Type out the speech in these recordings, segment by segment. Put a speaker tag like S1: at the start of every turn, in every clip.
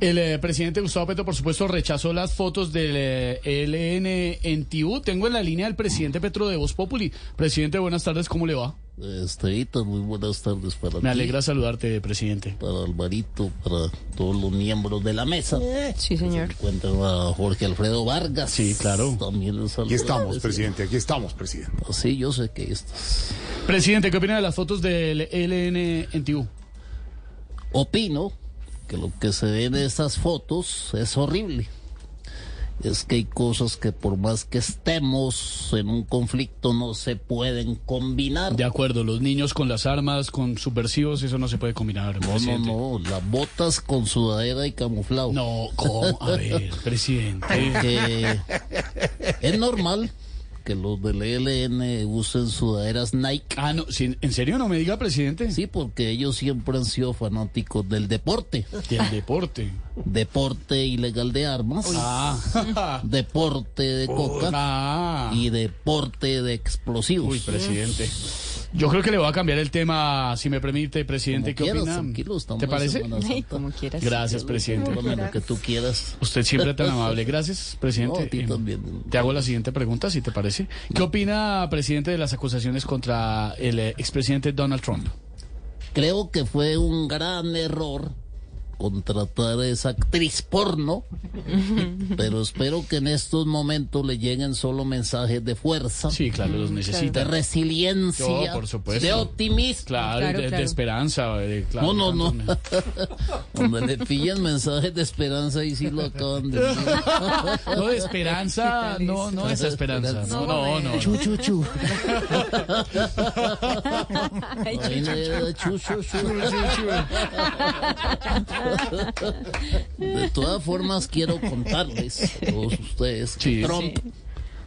S1: El eh, presidente Gustavo Petro, por supuesto, rechazó las fotos del eh, LN en Tibú. Tengo en la línea al presidente Petro de Voz Populi. Presidente, buenas tardes, ¿cómo le va?
S2: Estevita, Este, muy buenas tardes para ti,
S1: Me alegra saludarte, presidente.
S2: para Alvarito, para todos los miembros de la mesa.
S3: Sí,
S2: Se
S3: señor.
S2: encuentra a Jorge Alfredo Vargas.
S1: Eh. Sí, claro.
S2: También les saluda.
S4: Aquí estamos, presidente, aquí estamos, presidente.
S2: Sí, yo sé que ahí estás.
S1: Presidente, ¿qué opina de las fotos del LN en Tibú?
S2: Opino que lo que se ve de estas fotos es horrible. Es que hay cosas que por más que estemos en un conflicto no se pueden combinar.
S1: De acuerdo, los niños con las armas, con subversivos, eso no se puede combinar,
S2: no, no,
S1: presidente.
S2: no. Las botas con sudadera y camuflado.
S1: No, ¿cómo? A ver, presidente.
S2: que es normal que los del ELN usen sudaderas Nike.
S1: Ah, no, sí, ¿en serio no me diga, presidente?
S2: Sí, porque ellos siempre han sido fanáticos del deporte.
S1: Del deporte.
S2: Deporte ilegal de armas,
S1: Ah,
S2: deporte de coca
S1: ah.
S2: y deporte de explosivos.
S1: Uy, presidente. Yo creo que le voy a cambiar el tema, si me permite, presidente.
S2: Como
S1: ¿Qué
S2: quieras,
S1: opina?
S2: tranquilo, estamos
S1: ¿Te
S2: en
S1: parece?
S2: Semana Santa.
S3: Como quieras.
S1: Gracias, presidente.
S2: Háblame lo que tú quieras.
S1: Usted siempre tan amable. Gracias, presidente.
S2: No, a ti
S1: Eh,
S2: también.
S1: Te hago la siguiente pregunta, si te parece. ¿Qué opina, presidente, de las acusaciones contra el eh, expresidente Donald Trump?
S2: Creo que fue un gran error contratar a esa actriz porno, pero espero que en estos momentos le lleguen solo mensajes de fuerza,
S1: Sí, Mm, claro, los
S2: de
S1: necesita.
S2: resiliencia,
S1: No, por supuesto.
S2: de optimismo.
S1: Claro,
S3: Claro,
S1: de, de
S3: claro.
S1: esperanza. eh, claro,
S2: No, no,
S1: tanto-
S2: no. Cuando le pillan mensajes de esperanza y sí lo acaban de
S1: No, de esperanza, no, no es esperanza. No, no, eh. no.
S2: Chu, chu, chu.
S3: Ay,
S2: Ahí no era chu, chu, chu. De todas formas, quiero contarles a todos ustedes que
S1: Sí.
S2: Trump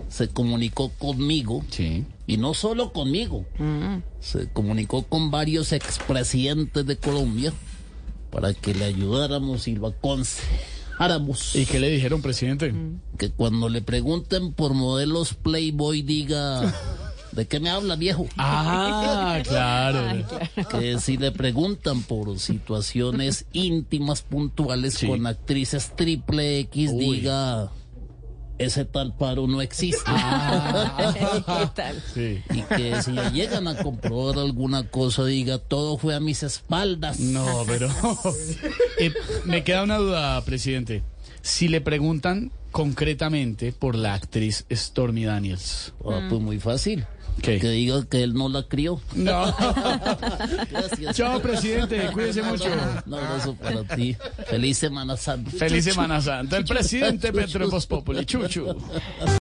S2: se comunicó conmigo
S1: Sí.
S2: Y no solo conmigo, se comunicó con varios expresidentes de Colombia para que le ayudáramos y lo aconsejáramos.
S1: ¿Y qué le dijeron, presidente?
S2: Que cuando le pregunten por modelos Playboy diga, ¿de qué me habla viejo?
S1: Ah, claro.
S2: Que si le preguntan por situaciones íntimas puntuales
S1: Sí.
S2: con actrices triple X
S1: Uy.
S2: diga, ese tal paro no existe.
S1: Ah.
S3: ¿Qué tal?
S1: Sí.
S2: Y que si le llegan a comprobar alguna cosa, diga, todo fue a mis espaldas.
S1: No, pero Eh, me queda una duda, presidente. Si le preguntan concretamente por la actriz Stormy Daniels.
S2: Ah, pues muy fácil.
S1: ¿Qué?
S2: Que diga que él no la crió.
S1: No.
S2: Gracias.
S1: Chao, presidente. Cuídese mucho.
S2: Un abrazo para ti. Feliz Semana Santa.
S1: Feliz Semana Santa. El presidente Petro en Voz Populi. Chuchu.